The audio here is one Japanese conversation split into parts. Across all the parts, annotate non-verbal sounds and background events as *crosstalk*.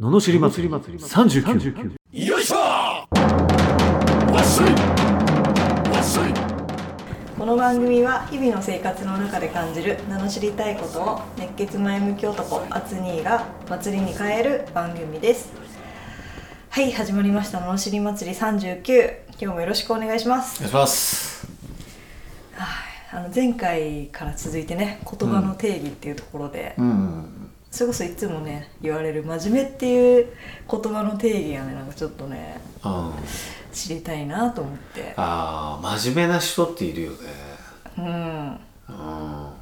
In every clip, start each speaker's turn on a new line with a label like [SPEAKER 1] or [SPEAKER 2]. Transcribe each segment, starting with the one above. [SPEAKER 1] ののしり祭り39
[SPEAKER 2] よいしょわっしょいわっしょい
[SPEAKER 3] この番組は日々の生活の中で感じる名の知りたいことを熱血前向き男アツニーが祭りに変える番組ですはい始まりました「ののしり祭り39」今日もよろしくお願いします
[SPEAKER 2] お願いします
[SPEAKER 3] あの前回から続いてね言葉の定義っていうところで、
[SPEAKER 2] うん
[SPEAKER 3] それこそいつもね言われる真面目っていう言葉の定義がねなんかちょっとね
[SPEAKER 2] あ
[SPEAKER 3] 知りたいなと思って
[SPEAKER 2] あー真面目な人っているよね
[SPEAKER 3] うん
[SPEAKER 2] うん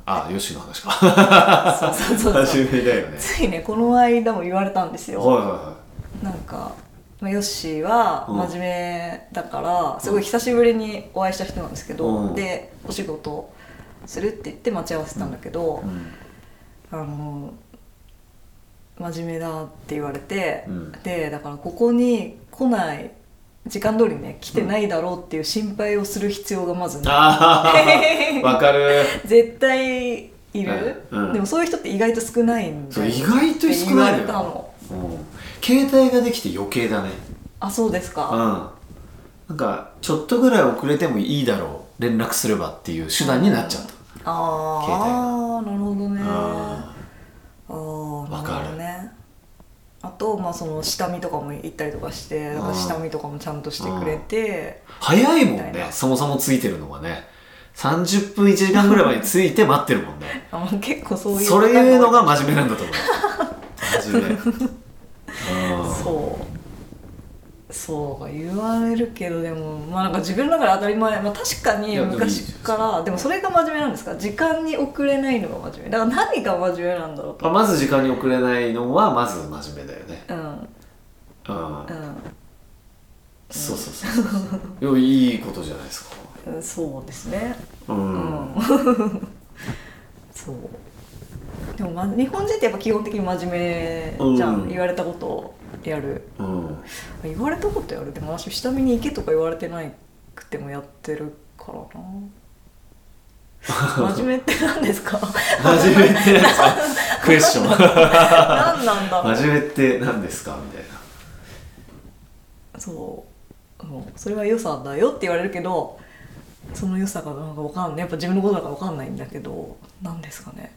[SPEAKER 2] あよしの話か
[SPEAKER 3] そうそうそうそう
[SPEAKER 2] 真面目だよね
[SPEAKER 3] ついねこの間も言われたんですよ
[SPEAKER 2] はいはいは
[SPEAKER 3] なんかまあヨッシーは
[SPEAKER 2] うん
[SPEAKER 3] 真面目だから、すごい久しぶりにお会いした人なんですけど、
[SPEAKER 2] うん
[SPEAKER 3] でお仕事するって言って待ち合わせたんだけど
[SPEAKER 2] い、うん
[SPEAKER 3] あの真面目だって言われて、
[SPEAKER 2] うん
[SPEAKER 3] でだからここに来ない時間通りね来てないだろうっていう心配をする必要がまずな
[SPEAKER 2] ああ
[SPEAKER 3] *laughs*
[SPEAKER 2] わかる
[SPEAKER 3] い、絶対いる、
[SPEAKER 2] うんうん
[SPEAKER 3] でもそういう人って意外と少ないん
[SPEAKER 2] そう
[SPEAKER 3] で
[SPEAKER 2] 意外と少ないのよ
[SPEAKER 3] って言われたの
[SPEAKER 2] うん携帯ができて余計だね
[SPEAKER 3] あそうです
[SPEAKER 2] うん
[SPEAKER 3] か、
[SPEAKER 2] なんかちょっとぐらい遅れてもいいだろう連絡すればっていう手段になっちゃった、
[SPEAKER 3] ああなるほどね
[SPEAKER 2] あ
[SPEAKER 3] あ
[SPEAKER 2] わ
[SPEAKER 3] ーな
[SPEAKER 2] かる
[SPEAKER 3] るほどねあと、まあ、その下見とかも行ったりとかしてだか
[SPEAKER 2] うん
[SPEAKER 3] ら下見とかもちゃんとしてくれて
[SPEAKER 2] ー早いもん
[SPEAKER 3] みたい
[SPEAKER 2] ね
[SPEAKER 3] な
[SPEAKER 2] そもそもついてるのがね30分1時間ぐらい前について待ってるもんね
[SPEAKER 3] あもう結構そういう
[SPEAKER 2] それいうの
[SPEAKER 3] なんか
[SPEAKER 2] が真面目なんだと思う真面目うん
[SPEAKER 3] そうそう言われるけどでもまあなんか自分の中で当たり前、まあ、確か
[SPEAKER 2] い
[SPEAKER 3] に
[SPEAKER 2] やでもいい
[SPEAKER 3] 昔からでもそれが真面目なんですか時間に遅れないのが真面目だから何が真面目なんだろうと
[SPEAKER 2] *laughs* まあまず時間に遅れないのはまず真面目だよね
[SPEAKER 3] うんうん
[SPEAKER 2] うん、そうそうそうそういやいいことじゃないですか
[SPEAKER 3] うんそうですね
[SPEAKER 2] うん、
[SPEAKER 3] うんそうでも、ま、日本人ってやっぱ基本的に真面目じゃん、
[SPEAKER 2] うん
[SPEAKER 3] 言われたことをやる
[SPEAKER 2] うん
[SPEAKER 3] 言われたことやるでも私下見に行けとか言われてないくてもやってる
[SPEAKER 2] *laughs*
[SPEAKER 3] からな真面目って何で
[SPEAKER 2] *laughs*
[SPEAKER 3] すか
[SPEAKER 2] 真面目ってなん *laughs* かクエスチョン *laughs*
[SPEAKER 3] 何なんだろう
[SPEAKER 2] 真面目って何ですかみたいな
[SPEAKER 3] そううんそれは良さだよって言われるけどその良さがなんか分かんないやっぱ自分のことだから分かんないんだけど何ですかね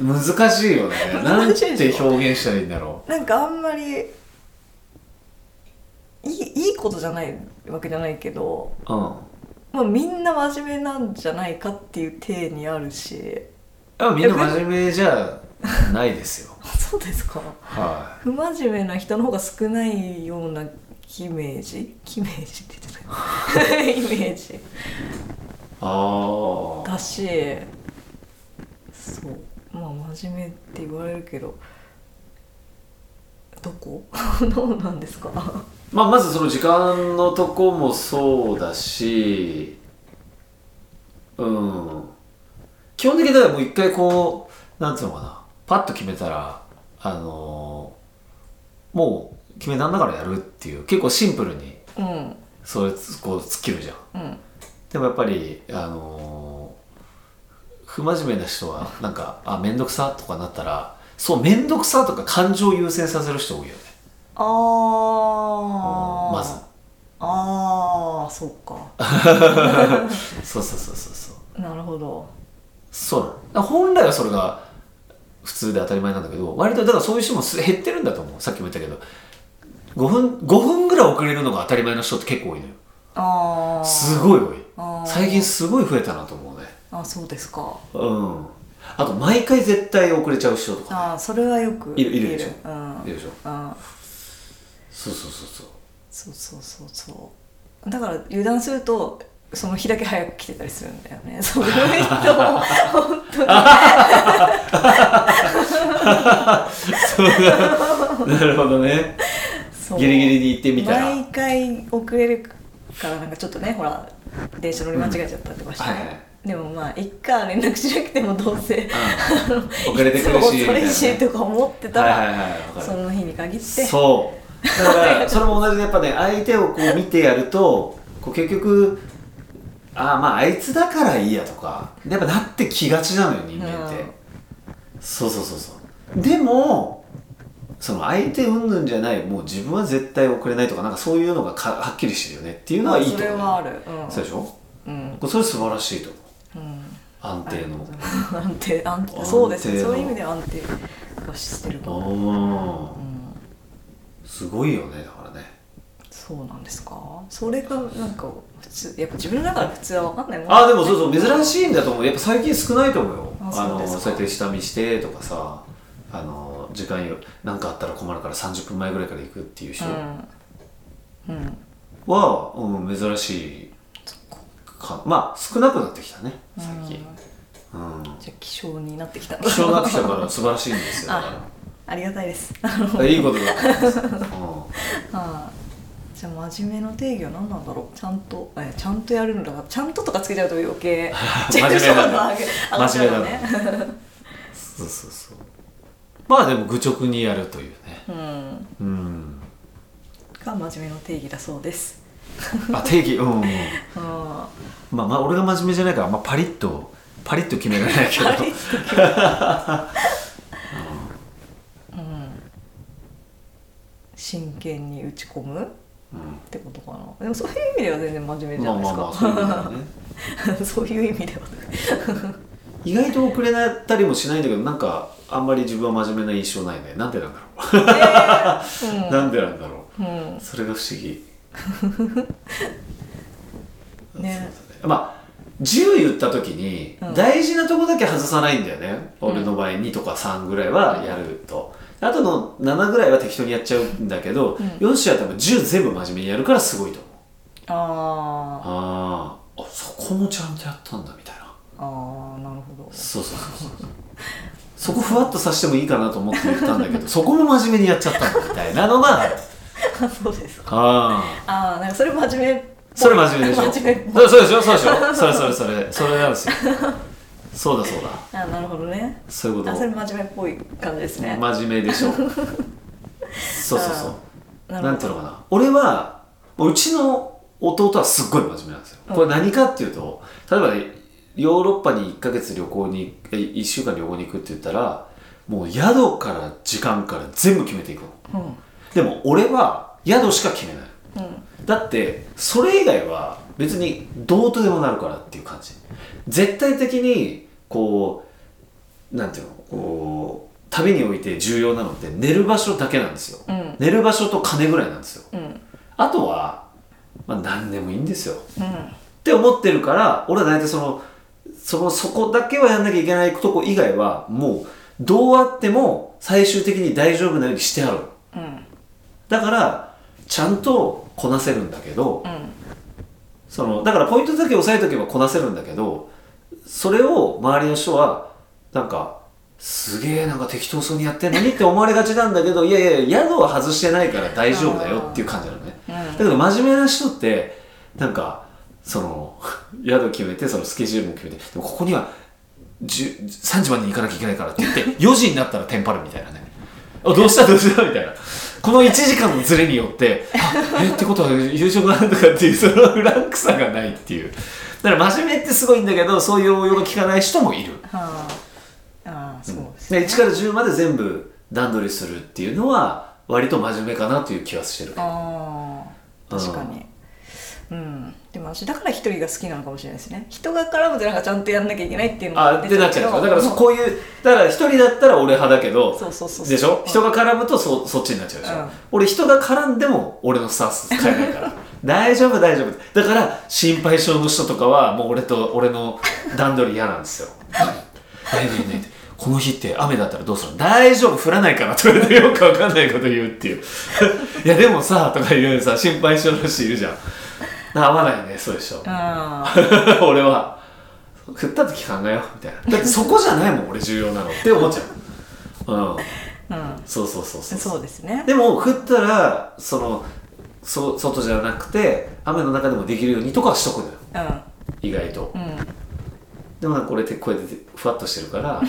[SPEAKER 2] 難しいよねなん
[SPEAKER 3] 難しいで
[SPEAKER 2] て
[SPEAKER 3] しょ
[SPEAKER 2] 表現したらいいんだろ
[SPEAKER 3] なんかあんまりいいいいことじゃないわけじゃないけど、
[SPEAKER 2] ううん
[SPEAKER 3] まあ、みんな真面目なんじゃないかっていう体にあるし
[SPEAKER 2] でもみんな真面目じゃないですよ
[SPEAKER 3] そうですか
[SPEAKER 2] *laughs* は
[SPEAKER 3] 不真面目な人の方が少ないようなイメージイメージって言ってた *laughs* イメージ
[SPEAKER 2] いああ
[SPEAKER 3] だしそうまあ真面目って言われるけどどこ *laughs* どうなんですか
[SPEAKER 2] まあまずその時間のとこもそうだしうん基本的にだからもう一回こうなんつうのかなパッと決めたらあのーもう決めたんだからやるっていう結構シンプルに
[SPEAKER 3] うん
[SPEAKER 2] それこう突っ切るじゃん
[SPEAKER 3] うん
[SPEAKER 2] でもやっぱりあのー不真面目な人はなんかあ面倒くさとかなったらそう面倒くさとか感情を優先させる人多いよね
[SPEAKER 3] あ
[SPEAKER 2] うん
[SPEAKER 3] あ
[SPEAKER 2] まず
[SPEAKER 3] ああそうか
[SPEAKER 2] そうそうそうそうそう
[SPEAKER 3] なるほど
[SPEAKER 2] そうなのだから本来はそれが普通で当たり前なんだけど割とだからそういう人もす減ってるんだと思うさっきも言ったけど5分 ,5 分ぐらい遅れるのが当たり前の人って結構多いのよ
[SPEAKER 3] ああ
[SPEAKER 2] すごい多い
[SPEAKER 3] あー
[SPEAKER 2] 最近すごい増えたなと思うね
[SPEAKER 3] あそうですか
[SPEAKER 2] うんあと毎回絶対遅れちゃう人とか
[SPEAKER 3] ああそれはよく
[SPEAKER 2] いるいるでしょ
[SPEAKER 3] うん
[SPEAKER 2] いるでしょ
[SPEAKER 3] うん
[SPEAKER 2] そうそうそうそう
[SPEAKER 3] そうそうそうそうだから油断するとその日だけ早く来てたりするんだよね *laughs* そうい
[SPEAKER 2] *laughs*
[SPEAKER 3] う人本当に
[SPEAKER 2] そうなるほどね
[SPEAKER 3] そう
[SPEAKER 2] ギリギリに行ってみたら
[SPEAKER 3] 毎回遅れるからなんかちょっとねほら電車乗り間違えちゃったとかして、
[SPEAKER 2] うんはいはい
[SPEAKER 3] でもまあいっか連絡しなくてもどうせ、あの
[SPEAKER 2] 遅
[SPEAKER 3] *laughs*
[SPEAKER 2] れてくるし
[SPEAKER 3] いつも遅れるしとか思ってたら、
[SPEAKER 2] はいはいはいわかる
[SPEAKER 3] その日に限って
[SPEAKER 2] そうだからそれも同じでやっぱ
[SPEAKER 3] *laughs*
[SPEAKER 2] ね相手をこう見てやるとこう結局ああまああいつだからいいやとかやっぱなってきがちなのよ人間って、
[SPEAKER 3] うん
[SPEAKER 2] そうそうそうそうでもその相手云々じゃないもう自分は絶対遅れないとかなんかそういうのがかはっきりしてるよねっていうのはいいと
[SPEAKER 3] そ
[SPEAKER 2] 思う
[SPEAKER 3] れはある、うん、
[SPEAKER 2] そうでしょ
[SPEAKER 3] うん、
[SPEAKER 2] それ素晴らしいと
[SPEAKER 3] うん、
[SPEAKER 2] 思う安定の *laughs*
[SPEAKER 3] 安定安定そうです
[SPEAKER 2] 安
[SPEAKER 3] ね
[SPEAKER 2] 定の
[SPEAKER 3] そういう意味では安定はしてるかも、
[SPEAKER 2] あ
[SPEAKER 3] う
[SPEAKER 2] あ
[SPEAKER 3] ん、
[SPEAKER 2] すごいよねだからね
[SPEAKER 3] そうなんですかそれがなんか普通やっぱ自分の中で普通は分かんないもん
[SPEAKER 2] ああでもそうそう珍しいんだと思うやっぱ最近少ないと思うよ
[SPEAKER 3] あ
[SPEAKER 2] あ
[SPEAKER 3] そう
[SPEAKER 2] の
[SPEAKER 3] ですか
[SPEAKER 2] そうやって下見してとかさあの時間よなんかあったら困るから30分前ぐらいから行くっていう人
[SPEAKER 3] うん、うん、
[SPEAKER 2] は、うん、珍しいかまあ少なくなってきたね最近うん
[SPEAKER 3] じゃあ希少になってきた
[SPEAKER 2] 希少になってきたから素晴らしいんですよだか
[SPEAKER 3] *laughs* ありがたいです
[SPEAKER 2] らいいことだと思います、うん
[SPEAKER 3] ああじゃあ真面目の定義は何なんだろうちゃんとえちゃんとやるんだからちゃんととかつけちゃうと余
[SPEAKER 2] *laughs*
[SPEAKER 3] 計
[SPEAKER 2] 真面目だね
[SPEAKER 3] 上がっちゃうのね
[SPEAKER 2] そうそうそうまあでも愚直にやるというね
[SPEAKER 3] うん
[SPEAKER 2] うん
[SPEAKER 3] が真面目の定義だそうです
[SPEAKER 2] あ定義うん
[SPEAKER 3] うん
[SPEAKER 2] まあまあ俺が真面目じゃないから、まあ、パリッとパリッと決められないけど
[SPEAKER 3] うん真剣に打ち込む
[SPEAKER 2] うん
[SPEAKER 3] ってことかなでもそういう意味では全然真面目じ
[SPEAKER 2] ま
[SPEAKER 3] ゃ
[SPEAKER 2] あ
[SPEAKER 3] ないで
[SPEAKER 2] ますあ
[SPEAKER 3] か、
[SPEAKER 2] まあそういうことだね
[SPEAKER 3] *laughs* そういう意味では
[SPEAKER 2] 意外と遅れなったりもしないんだけどなんかあんまり自分は真面目な印象ないねなんでなんだろう、 *laughs* なんでなんだろ
[SPEAKER 3] うん、
[SPEAKER 2] うそれが不思議
[SPEAKER 3] ね
[SPEAKER 2] そうだねまあ10言った時に
[SPEAKER 3] うん
[SPEAKER 2] 大事なとこだけ外さないんだよね、俺の場合2とか3ぐらいはやると、あとの7ぐらいは適当にやっちゃうんだけど、
[SPEAKER 3] うん
[SPEAKER 2] 4種は多分10全部真面目にやるからすごいと思う
[SPEAKER 3] あー
[SPEAKER 2] あーあそこもちゃんとやったんだみたいな
[SPEAKER 3] あーなるほど
[SPEAKER 2] そうそうそうそうそこふわっとさしてもいいかなと思って言ったんだけ
[SPEAKER 3] *laughs*
[SPEAKER 2] どそこも真面目にやっちゃったんだみたいなのがある
[SPEAKER 3] あそうですか
[SPEAKER 2] あー
[SPEAKER 3] ああなんかそれ真面目っぽい
[SPEAKER 2] それ真面目でしょ
[SPEAKER 3] *laughs* 真面目っぽ
[SPEAKER 2] そう
[SPEAKER 3] い
[SPEAKER 2] そうでしょそうでしょそれそれそれそれなん
[SPEAKER 3] *laughs*
[SPEAKER 2] ですよそうだそうだ
[SPEAKER 3] あーなるほどね
[SPEAKER 2] そういうこ
[SPEAKER 3] あ
[SPEAKER 2] と
[SPEAKER 3] それ真面目っぽい感じですね、
[SPEAKER 2] 真面目でしょそうそうそ
[SPEAKER 3] あー
[SPEAKER 2] うなんていうのかな俺はもううちの弟はすっごい真面目なんですよこれ何かっていうと例えばねヨーロッパに1ヶ月旅行にえ1週間旅行に行くって言ったらもう宿から時間から全部決めていくの
[SPEAKER 3] うん
[SPEAKER 2] でも俺は宿しか決めない
[SPEAKER 3] うん
[SPEAKER 2] だってそれ以外は別にどうとでもなるからっていう感じ絶対的にこうなんていうのこう旅において重要なのって寝る場所だけなんですよ
[SPEAKER 3] うん
[SPEAKER 2] 寝る場所と金ぐらいなんですよ
[SPEAKER 3] うん
[SPEAKER 2] あとは、まあ、何でもいいんですよっ
[SPEAKER 3] うん
[SPEAKER 2] て思ってるから俺は大体そのそのそこだけはやんなきゃいけないとこ以外はもうどうあっても最終的に大丈夫なようにしてある
[SPEAKER 3] うん
[SPEAKER 2] だからちゃんとこなせるんだけど、
[SPEAKER 3] うん
[SPEAKER 2] そのだからポイントだけ押さえとけばこなせるんだけどそれを周りの人はなんかすげえなんか適当そうにやってんのにって思われがちなんだけどいやいや宿は外してないから大丈夫だよっていう感じなのねだけど真面目な人ってなんかその *laughs* 宿決めてそのスケジュールも決めてでもここには10 3時までに行かなきゃいけないからって言って4時になったらテンパるみたいなねあどうしたどうしたみたいなこの1時間のズレによってあえってことは夕食なんとかっていうそのフランクさがないっていうだから真面目ってすごいんだけどそういう応用が効かない人もいる
[SPEAKER 3] はあああそうですね
[SPEAKER 2] で1から10まで全部段取りするっていうのは割と真面目かなという気はしてる
[SPEAKER 3] ああ確かにうんでも私だから一人が好きなのかもしれないですね人が絡むとなんかちゃんとやんなきゃいけないっていうのが
[SPEAKER 2] あってなっちゃう
[SPEAKER 3] 出
[SPEAKER 2] んですよだからそ
[SPEAKER 3] けど
[SPEAKER 2] こういうだから一人だったら俺派だけど
[SPEAKER 3] そうそうそうそう
[SPEAKER 2] でしょ人
[SPEAKER 3] が
[SPEAKER 2] が絡むとそそっちになっちゃうでしょ、
[SPEAKER 3] うん
[SPEAKER 2] 俺人が絡んでも俺のスタンス使えないから大丈夫大丈夫だから心配性の人とかはもう俺と俺の段取り嫌なんですよねえねえねえこの日って雨だったらどうするの大丈夫降らないからとか言ってよくわかんないこと言うっていう *laughs* いやでもさとか言うさ心配性の人いるじゃん合わないねそうでしょ、
[SPEAKER 3] あ
[SPEAKER 2] *laughs* 俺は振った時考えようみたいなだってそこじゃないもん俺重要なのって思っちゃううん
[SPEAKER 3] あうん
[SPEAKER 2] そうそうそうそう
[SPEAKER 3] そうですね
[SPEAKER 2] でも振ったらそのそ外じゃなくて雨の中でもできるようにとかはしとくのよ
[SPEAKER 3] うん
[SPEAKER 2] 意外と
[SPEAKER 3] うん
[SPEAKER 2] でもなんか俺ってこうやってふわっとしてるから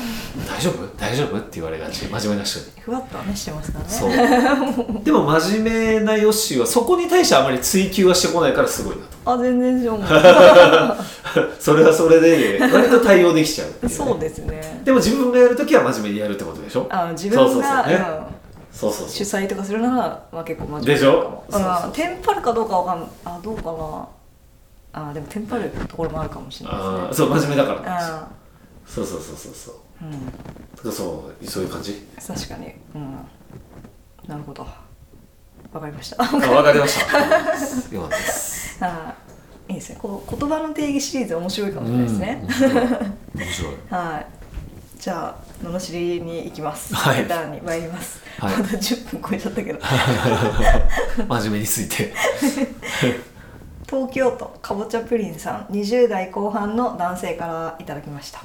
[SPEAKER 2] 大丈夫大丈夫って言われがち真面目な人に
[SPEAKER 3] ふわっとはねしてますからね
[SPEAKER 2] そうでも真面目なヨッシーはそこに対してあまり追求はしてこないからすごいなと
[SPEAKER 3] あ全然しょうもな
[SPEAKER 2] *laughs* それはそれで割と対応で *laughs* きちゃうってい
[SPEAKER 3] い
[SPEAKER 2] ね
[SPEAKER 3] そうですね
[SPEAKER 2] でも自分がやるときは真面目にやるってことでしょ
[SPEAKER 3] あ自分が
[SPEAKER 2] そうそうそうね
[SPEAKER 3] うん
[SPEAKER 2] そうそう
[SPEAKER 3] 主
[SPEAKER 2] そう
[SPEAKER 3] 催とかするなら、まあ、結構真面目
[SPEAKER 2] でしょ
[SPEAKER 3] かも
[SPEAKER 2] そうそうそう
[SPEAKER 3] うん、テンパるかどうかわかんあどうかなあでもテンパるところもあるかもしれない
[SPEAKER 2] あー
[SPEAKER 3] ですね
[SPEAKER 2] そう真面目だから
[SPEAKER 3] あ
[SPEAKER 2] そうそうそうそうそう
[SPEAKER 3] ーうん
[SPEAKER 2] だからそうそういう感じ
[SPEAKER 3] 確かにうんなるほどわかりました *laughs*
[SPEAKER 2] あわかりましたよかったです
[SPEAKER 3] あーいいですねこう言葉の定義シリーズ面白いかもしれないですね、
[SPEAKER 2] 面白い
[SPEAKER 3] はい。じゃあ、罵りに行きます。
[SPEAKER 2] はい
[SPEAKER 3] ダーンに参ります。
[SPEAKER 2] はい
[SPEAKER 3] まだ10分超えちゃったけど。
[SPEAKER 2] 真面目について
[SPEAKER 3] 東京都かぼちゃプリンさん、20代後半の男性からいただきました。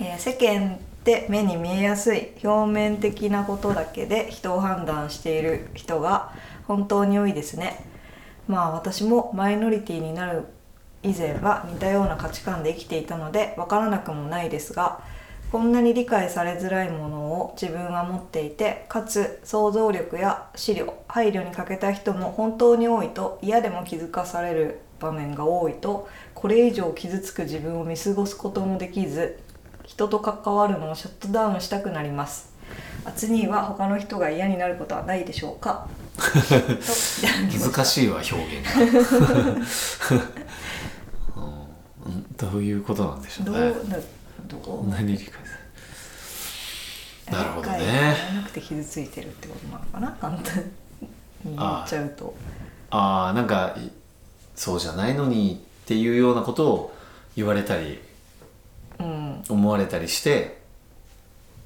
[SPEAKER 3] えー世間って目に見えやすい表面的なことだけで人を判断している人が本当に多いですねまあ私もマイノリティになる以前は似たような価値観で生きていたので分からなくもないですがこんなに理解されづらいものを自分は持っていてかつ想像力や資料配慮に欠けた人も本当に多いと嫌でも気づかされる場面が多いとこれ以上傷つく自分を見過ごすこともできず人と関わるのをシャットダウンしたくなりますあつには他の人が嫌になることはないでしょうかといただきました
[SPEAKER 2] 難しいわ表現がうんうんどういうことなんでしょ
[SPEAKER 3] ど
[SPEAKER 2] う
[SPEAKER 3] う
[SPEAKER 2] ね
[SPEAKER 3] などこ
[SPEAKER 2] 何理解するなるほど
[SPEAKER 3] 理解さ
[SPEAKER 2] ね
[SPEAKER 3] れなくて傷ついてるって *laughs* ことなのかな簡単に言っちゃうと
[SPEAKER 2] ああなんかいそうじゃないのにっていうようなことを言われたり
[SPEAKER 3] うん
[SPEAKER 2] 思われたりして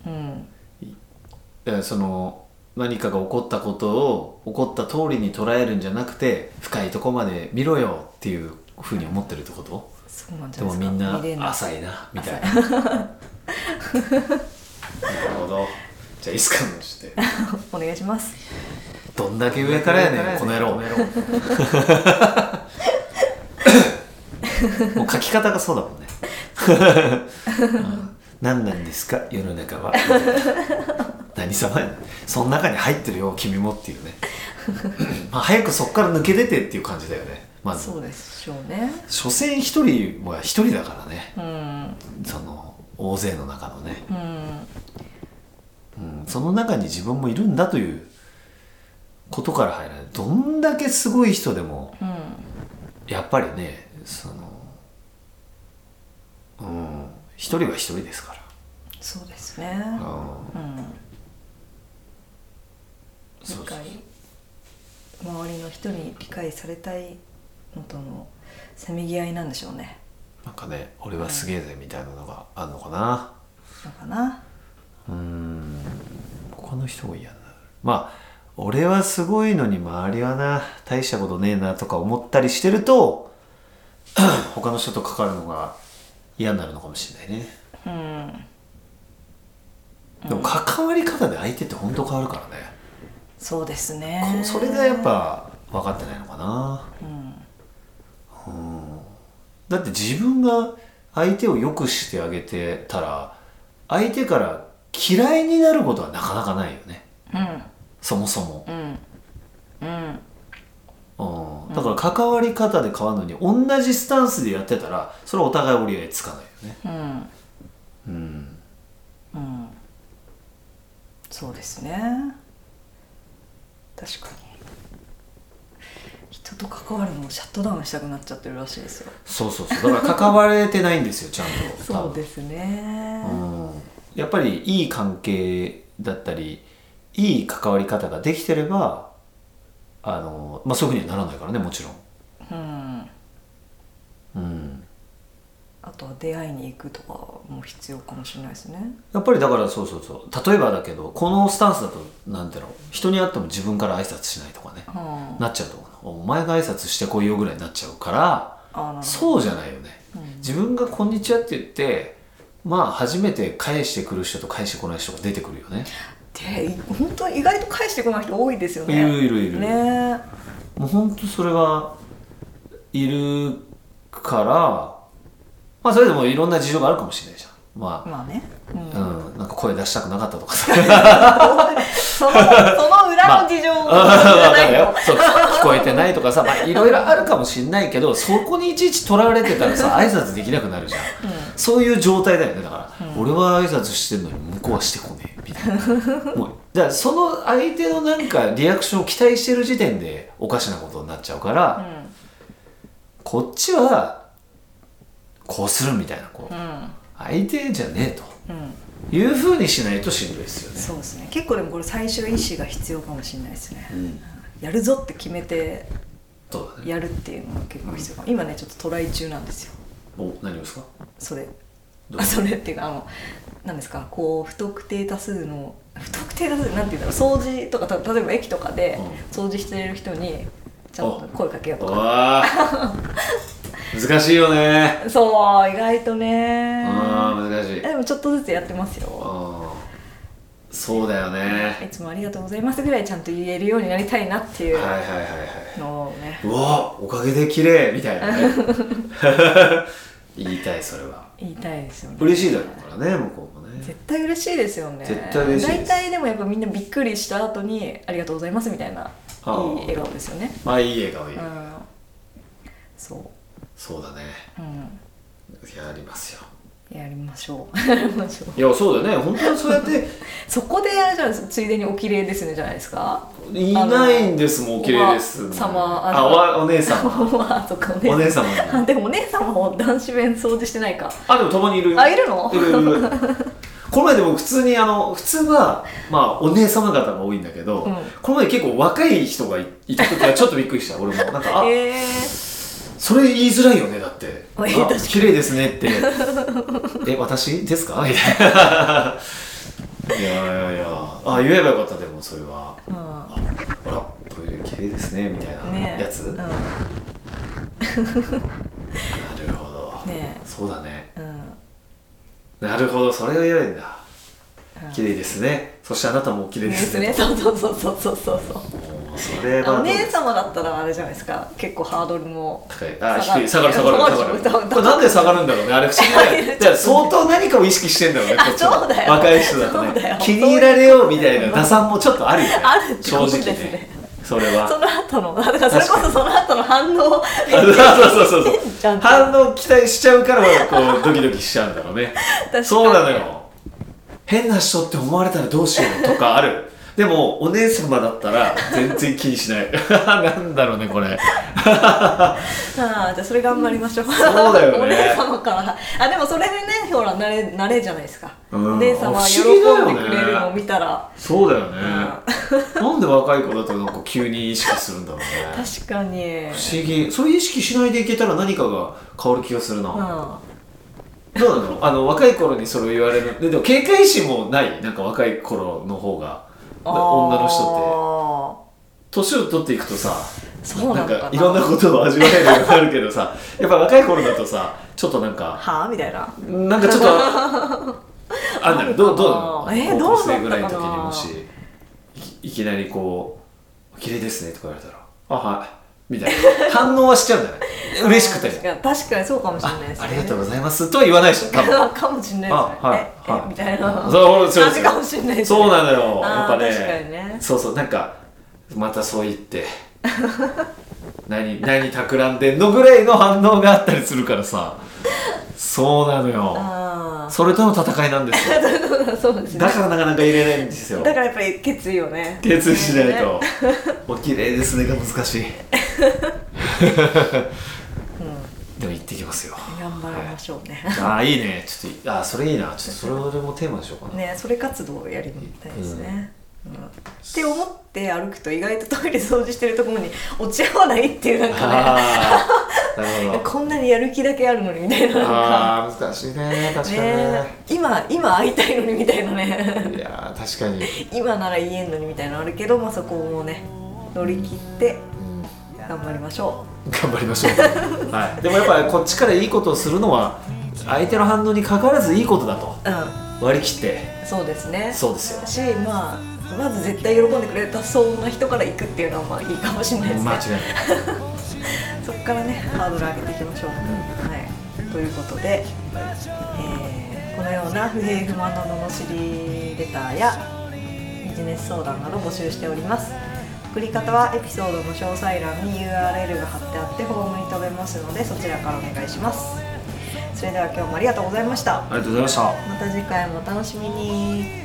[SPEAKER 3] うん
[SPEAKER 2] だからその何かが起こったことを起こった通りに捉えるんじゃなくて深いとこまで見ろよっていうふうに思ってるってこと
[SPEAKER 3] そうなんじ
[SPEAKER 2] で
[SPEAKER 3] ゃな
[SPEAKER 2] も
[SPEAKER 3] い
[SPEAKER 2] みんな
[SPEAKER 3] ですか見れない
[SPEAKER 2] 浅いなみたいな *laughs* なるほどじゃあいいっすかもして
[SPEAKER 3] *laughs* お願いします
[SPEAKER 2] どんだけ上からやねんこの野 *laughs* 郎もう書き方がそうだもんねうん何なんですか世の中は *laughs* みたいな何様やねんその中に入ってるよ君もっていうねまあ早くそっから抜け出てっていう感じだよねまず
[SPEAKER 3] そうでしょうね
[SPEAKER 2] 所詮一人は一人だからね
[SPEAKER 3] うん
[SPEAKER 2] その大勢の中のね、
[SPEAKER 3] うん
[SPEAKER 2] うん、その中に自分もいるんだということから入らないどんだけすごい人でも
[SPEAKER 3] うん
[SPEAKER 2] やっぱりねそのうん一人は一人ですか
[SPEAKER 3] そうですね
[SPEAKER 2] ら、うん、
[SPEAKER 3] うん理
[SPEAKER 2] そうそう
[SPEAKER 3] 解周りの人に理解されたいのとのせめぎ合いなんでしょうね
[SPEAKER 2] なんかね俺はすげえぜみたいなのがあるのかな
[SPEAKER 3] のかな
[SPEAKER 2] うん他の人が嫌になるまあ俺はすごいのに周りはな大したことねえなとか思ったりしてると *clears throat* 他の人と関わるのが嫌になるのかもしれないね
[SPEAKER 3] うん
[SPEAKER 2] でも関わり方で相手って本当変わるからね、
[SPEAKER 3] そうです
[SPEAKER 2] こ
[SPEAKER 3] ね
[SPEAKER 2] それがやっぱ分かってないのかな
[SPEAKER 3] うん
[SPEAKER 2] だって自分が相手を良くしてあげてたら相手から嫌いになることはなかなかないよね
[SPEAKER 3] うん
[SPEAKER 2] そもそも、
[SPEAKER 3] うんうん
[SPEAKER 2] うん、だから関わり方で変わるのに同じスタンスでやってたらそれはお互い折り合いつかないよね
[SPEAKER 3] うん
[SPEAKER 2] うん
[SPEAKER 3] うんそうですね確かに人と関わるのをシャットダウンしたくなっちゃってるらしいですよ
[SPEAKER 2] そうそうそうだから関われてないんですよちゃんと多分
[SPEAKER 3] *laughs* そうですね
[SPEAKER 2] うんやっぱりいい関係だったりいい関わり方ができてればあの、まあ、そういうふうにはならないからねもちろん、
[SPEAKER 3] うん
[SPEAKER 2] うん、
[SPEAKER 3] あとは出会いに行くとかも必要かもしれないですね
[SPEAKER 2] やっぱりだからそうそうそう例えばだけどこのスタンスだと何ていうの人に会っても自分から挨拶しないとかね
[SPEAKER 3] うん
[SPEAKER 2] なっちゃうと思うなお前が挨拶してこいよぐらいになっちゃうから
[SPEAKER 3] あなるほ
[SPEAKER 2] そうじゃないよね自分が「こんにちは」って言ってまあ初めて返してくる人と返してこない人が出てくるよね
[SPEAKER 3] どで本当意外と返してこない人多いですよ
[SPEAKER 2] い
[SPEAKER 3] ね
[SPEAKER 2] るいるいる、
[SPEAKER 3] ね
[SPEAKER 2] もう本当それはいるからまあそれでもいろんな事情があるかもしれないじゃんま
[SPEAKER 3] まあね、 *laughs* うん
[SPEAKER 2] あ、うん、なんか声出したくなかったとかさ
[SPEAKER 3] そのその裏の事情を知ら
[SPEAKER 2] わ
[SPEAKER 3] な
[SPEAKER 2] か
[SPEAKER 3] *laughs*
[SPEAKER 2] る
[SPEAKER 3] いと、
[SPEAKER 2] よ *laughs* そう聞こえてないとかさ、まあ、いろいろあるかもしれないけどそこにいちいちとらわれてたらさ挨拶できなくなるじゃん、そういう状態だよねだから、俺は挨拶してんのに向こうはしてこねえみたいなもうだからその相手のなんかリアクションを期待してる時点でおかしなことになっちゃうから、こっちはこうするみたいなこう、
[SPEAKER 3] うんうん
[SPEAKER 2] 相手じゃねえ
[SPEAKER 3] うん
[SPEAKER 2] というふうにしないとしんどいですよね。
[SPEAKER 3] そうですね結構でもこれ最終意思が必要かもしれないですね、
[SPEAKER 2] うん
[SPEAKER 3] やるぞって決めて
[SPEAKER 2] そうだね。
[SPEAKER 3] やるっていうのが結構必要かも今ねちょっとトライ中なんですよ
[SPEAKER 2] お何をですか
[SPEAKER 3] それ
[SPEAKER 2] どう
[SPEAKER 3] あそれっていうかあの何ですかこう不特定多数の不特定多数なんて言うんだろう掃除とかた例えば駅とかで掃除してる人にちゃんと声かけようと
[SPEAKER 2] う
[SPEAKER 3] か
[SPEAKER 2] わあ難しいよね。
[SPEAKER 3] そう意外とね
[SPEAKER 2] あー難しい。
[SPEAKER 3] でもちょっとずつやってますよ
[SPEAKER 2] あーそうだよね。
[SPEAKER 3] いつもありがとうございますぐらいちゃんと言えるようになりたいなってい
[SPEAKER 2] はいうはいはいはい。
[SPEAKER 3] のをね
[SPEAKER 2] うわおかげで綺麗みたいなね *laughs* 言いたいそれは
[SPEAKER 3] 言いたいですよね
[SPEAKER 2] 嬉しいだろうからね向こうもね
[SPEAKER 3] 絶対嬉しいですよね
[SPEAKER 2] 絶対嬉しいです
[SPEAKER 3] 大体でもやっぱみんなびっくりした後に「ありがとうございます」みたいないい
[SPEAKER 2] あー
[SPEAKER 3] 笑顔ですよね
[SPEAKER 2] まあいい笑顔いい、
[SPEAKER 3] うんそ
[SPEAKER 2] そうだね
[SPEAKER 3] ううん
[SPEAKER 2] やりますよ
[SPEAKER 3] やりましょう *laughs* やりましょう
[SPEAKER 2] いやそうだね本当にそうやって
[SPEAKER 3] そこであれじゃないですかついでに「お綺麗ですね」じゃないですか
[SPEAKER 2] いないんですもんお綺麗です
[SPEAKER 3] おば様
[SPEAKER 2] あわお姉さん
[SPEAKER 3] *laughs* まあそっかお
[SPEAKER 2] お
[SPEAKER 3] 姉
[SPEAKER 2] 姉
[SPEAKER 3] さ
[SPEAKER 2] さん
[SPEAKER 3] んあでもお姉さんも男子弁掃除してないか
[SPEAKER 2] あでもたまにいるよ
[SPEAKER 3] あいるの
[SPEAKER 2] いるいる *laughs* この前でも普通にあの普通はまあお姉様方が多いんだけど、
[SPEAKER 3] うん
[SPEAKER 2] この前結構若い人がいいた時はちょっとびっくりした俺もなんかあ
[SPEAKER 3] ええ
[SPEAKER 2] それ言いづらいよねだって「
[SPEAKER 3] まあ確かに
[SPEAKER 2] 綺麗ですね」って「え私ですか?」みたいな *laughs* いやいやいやあ言えばよかったでもそれは
[SPEAKER 3] うん
[SPEAKER 2] 「ああらトイレ綺麗ですね」みたいな
[SPEAKER 3] ねえ
[SPEAKER 2] やつ、
[SPEAKER 3] うん
[SPEAKER 2] な
[SPEAKER 3] ね
[SPEAKER 2] るほど、
[SPEAKER 3] え
[SPEAKER 2] そうだね
[SPEAKER 3] うん
[SPEAKER 2] なるほどそれが言えばいいんだ
[SPEAKER 3] うん
[SPEAKER 2] 綺麗ですねそしてあなたも綺麗
[SPEAKER 3] で
[SPEAKER 2] です
[SPEAKER 3] す
[SPEAKER 2] ね
[SPEAKER 3] ねそうそうそうそうそうそうそう
[SPEAKER 2] もうそれは
[SPEAKER 3] お
[SPEAKER 2] どう
[SPEAKER 3] 姉様だったらあれじゃないですか結構ハードルも
[SPEAKER 2] 高いあ
[SPEAKER 3] 下が
[SPEAKER 2] 低い下がる下がる下
[SPEAKER 3] 下が
[SPEAKER 2] が
[SPEAKER 3] る
[SPEAKER 2] るこれなんで下がるんだろうねあれ不思議
[SPEAKER 3] *laughs*
[SPEAKER 2] だよねだから相当何かを意識してんだろうねこ
[SPEAKER 3] あ
[SPEAKER 2] っちも
[SPEAKER 3] そうだよ
[SPEAKER 2] 若い人だと
[SPEAKER 3] そうだよ
[SPEAKER 2] ね気に入られようみたいな打算もちょっとあるよね
[SPEAKER 3] あるって
[SPEAKER 2] 正
[SPEAKER 3] こと
[SPEAKER 2] 直
[SPEAKER 3] ですね
[SPEAKER 2] ねそれ
[SPEAKER 3] そ
[SPEAKER 2] は
[SPEAKER 3] の後のだからそれこそその後の反応
[SPEAKER 2] あそうそうそう
[SPEAKER 3] *laughs* 見てんじ
[SPEAKER 2] そ
[SPEAKER 3] ゃ
[SPEAKER 2] うん反応期待しちゃうからこうドキドキしちゃうんだろうね
[SPEAKER 3] *laughs* 確かに
[SPEAKER 2] そうなのよ変な人って思われたらどうしようとかあるでもお姉様だったら全然気にしない *laughs* なんだろうねこれ
[SPEAKER 3] ああじゃあそれ頑張りましょう、
[SPEAKER 2] そうだよね
[SPEAKER 3] お姉様からあでもそれでねほら慣れ慣れじゃないですか、
[SPEAKER 2] うん
[SPEAKER 3] お姉様は喜んでくれるのを見たら、
[SPEAKER 2] そうだよね、なんで若い子だとなんか急に意識するんだろうね
[SPEAKER 3] 確かに
[SPEAKER 2] 不思議それ意識しないでいけたら何かが変わる気がするな、
[SPEAKER 3] うん
[SPEAKER 2] どうなのあの若い頃にそれを言われるででも警戒心もないなんか若い頃の方がな女の人って
[SPEAKER 3] 人
[SPEAKER 2] 年を取っていくとさ
[SPEAKER 3] ってそう
[SPEAKER 2] な
[SPEAKER 3] なの
[SPEAKER 2] ん
[SPEAKER 3] かな
[SPEAKER 2] かいろんなことを味わえるようになるけど
[SPEAKER 3] *laughs*
[SPEAKER 2] さやっぱ若い頃だとさちょっとなんか
[SPEAKER 3] はあみたいな
[SPEAKER 2] なんかちょっ
[SPEAKER 3] *laughs*
[SPEAKER 2] とあんだろどうどうなの
[SPEAKER 3] えー
[SPEAKER 2] 高校生ぐらいの時に
[SPEAKER 3] どうだったかな
[SPEAKER 2] もしいいきなりこう「綺麗ですね」とか言われたら「あはい」みたい
[SPEAKER 3] *laughs*
[SPEAKER 2] な反応はしちゃうんじゃない嬉しくて
[SPEAKER 3] 確かに確かに *laughs* そうかもしれないです
[SPEAKER 2] あ
[SPEAKER 3] ね
[SPEAKER 2] ありがとうございます」とは言わないでしょ多分
[SPEAKER 3] かもしれない
[SPEAKER 2] あ
[SPEAKER 3] ですね
[SPEAKER 2] はい
[SPEAKER 3] え
[SPEAKER 2] はい
[SPEAKER 3] えみたいな
[SPEAKER 2] そうそう
[SPEAKER 3] 感じかもしれないですね
[SPEAKER 2] そうなのよ
[SPEAKER 3] あー
[SPEAKER 2] やっぱね
[SPEAKER 3] 確かにね
[SPEAKER 2] そうそうなんかまたそう言って *laughs* 何何企んでんのぐらいの反応があったりするからさそうなのよ
[SPEAKER 3] あ
[SPEAKER 2] それとの戦いなんですよ
[SPEAKER 3] あ *laughs* そうですね
[SPEAKER 2] だからなかなか入れないんですよ
[SPEAKER 3] だからやっぱり決意をね
[SPEAKER 2] 決意しない *laughs*
[SPEAKER 3] ね
[SPEAKER 2] と「お綺麗ですね」が難しい *laughs* でも行ってきますよ
[SPEAKER 3] 頑張りましょうね、
[SPEAKER 2] ああいいねちょっといあーそれいいなちょっとそれ俺もテーマにしようかな、
[SPEAKER 3] ねそれ活動をやりたいですね、うんって思って歩くと意外とトイレ掃除してるところに *laughs* 落ち合わないっていうなんかね
[SPEAKER 2] ああなるほど
[SPEAKER 3] こんなにやる気だけあるのにみたいななんか
[SPEAKER 2] ああ難しいね確かに
[SPEAKER 3] ね
[SPEAKER 2] ね
[SPEAKER 3] 今今会いたいのにみたいなね *laughs*
[SPEAKER 2] いやー確かに、
[SPEAKER 3] 今なら言えんのにみたいなのあるけど、まあ、そこもね乗り切って
[SPEAKER 2] うん
[SPEAKER 3] 頑張りましょ
[SPEAKER 2] 頑張りましょう、はい、でもやっぱりこっちからいいことをするのは相手の反応にかかわらずいいことだと
[SPEAKER 3] うう
[SPEAKER 2] 割り切って
[SPEAKER 3] んそうですね
[SPEAKER 2] そうですよ
[SPEAKER 3] しまあまず絶対喜んでくれたそうな人から行くっていうのはまあいいかもしれないですね
[SPEAKER 2] 間違いない
[SPEAKER 3] そこからねハードル上げていきましょう、はい、ということで、えーこのような不平不満の罵りレターやビジネス相談など募集しております送り方はエピソードの詳細欄に URL が貼ってあってフォームに飛べますのでそちらからお願いしますそれでは今日もありがとうございました
[SPEAKER 2] ありがとうございました
[SPEAKER 3] また次回もお楽しみに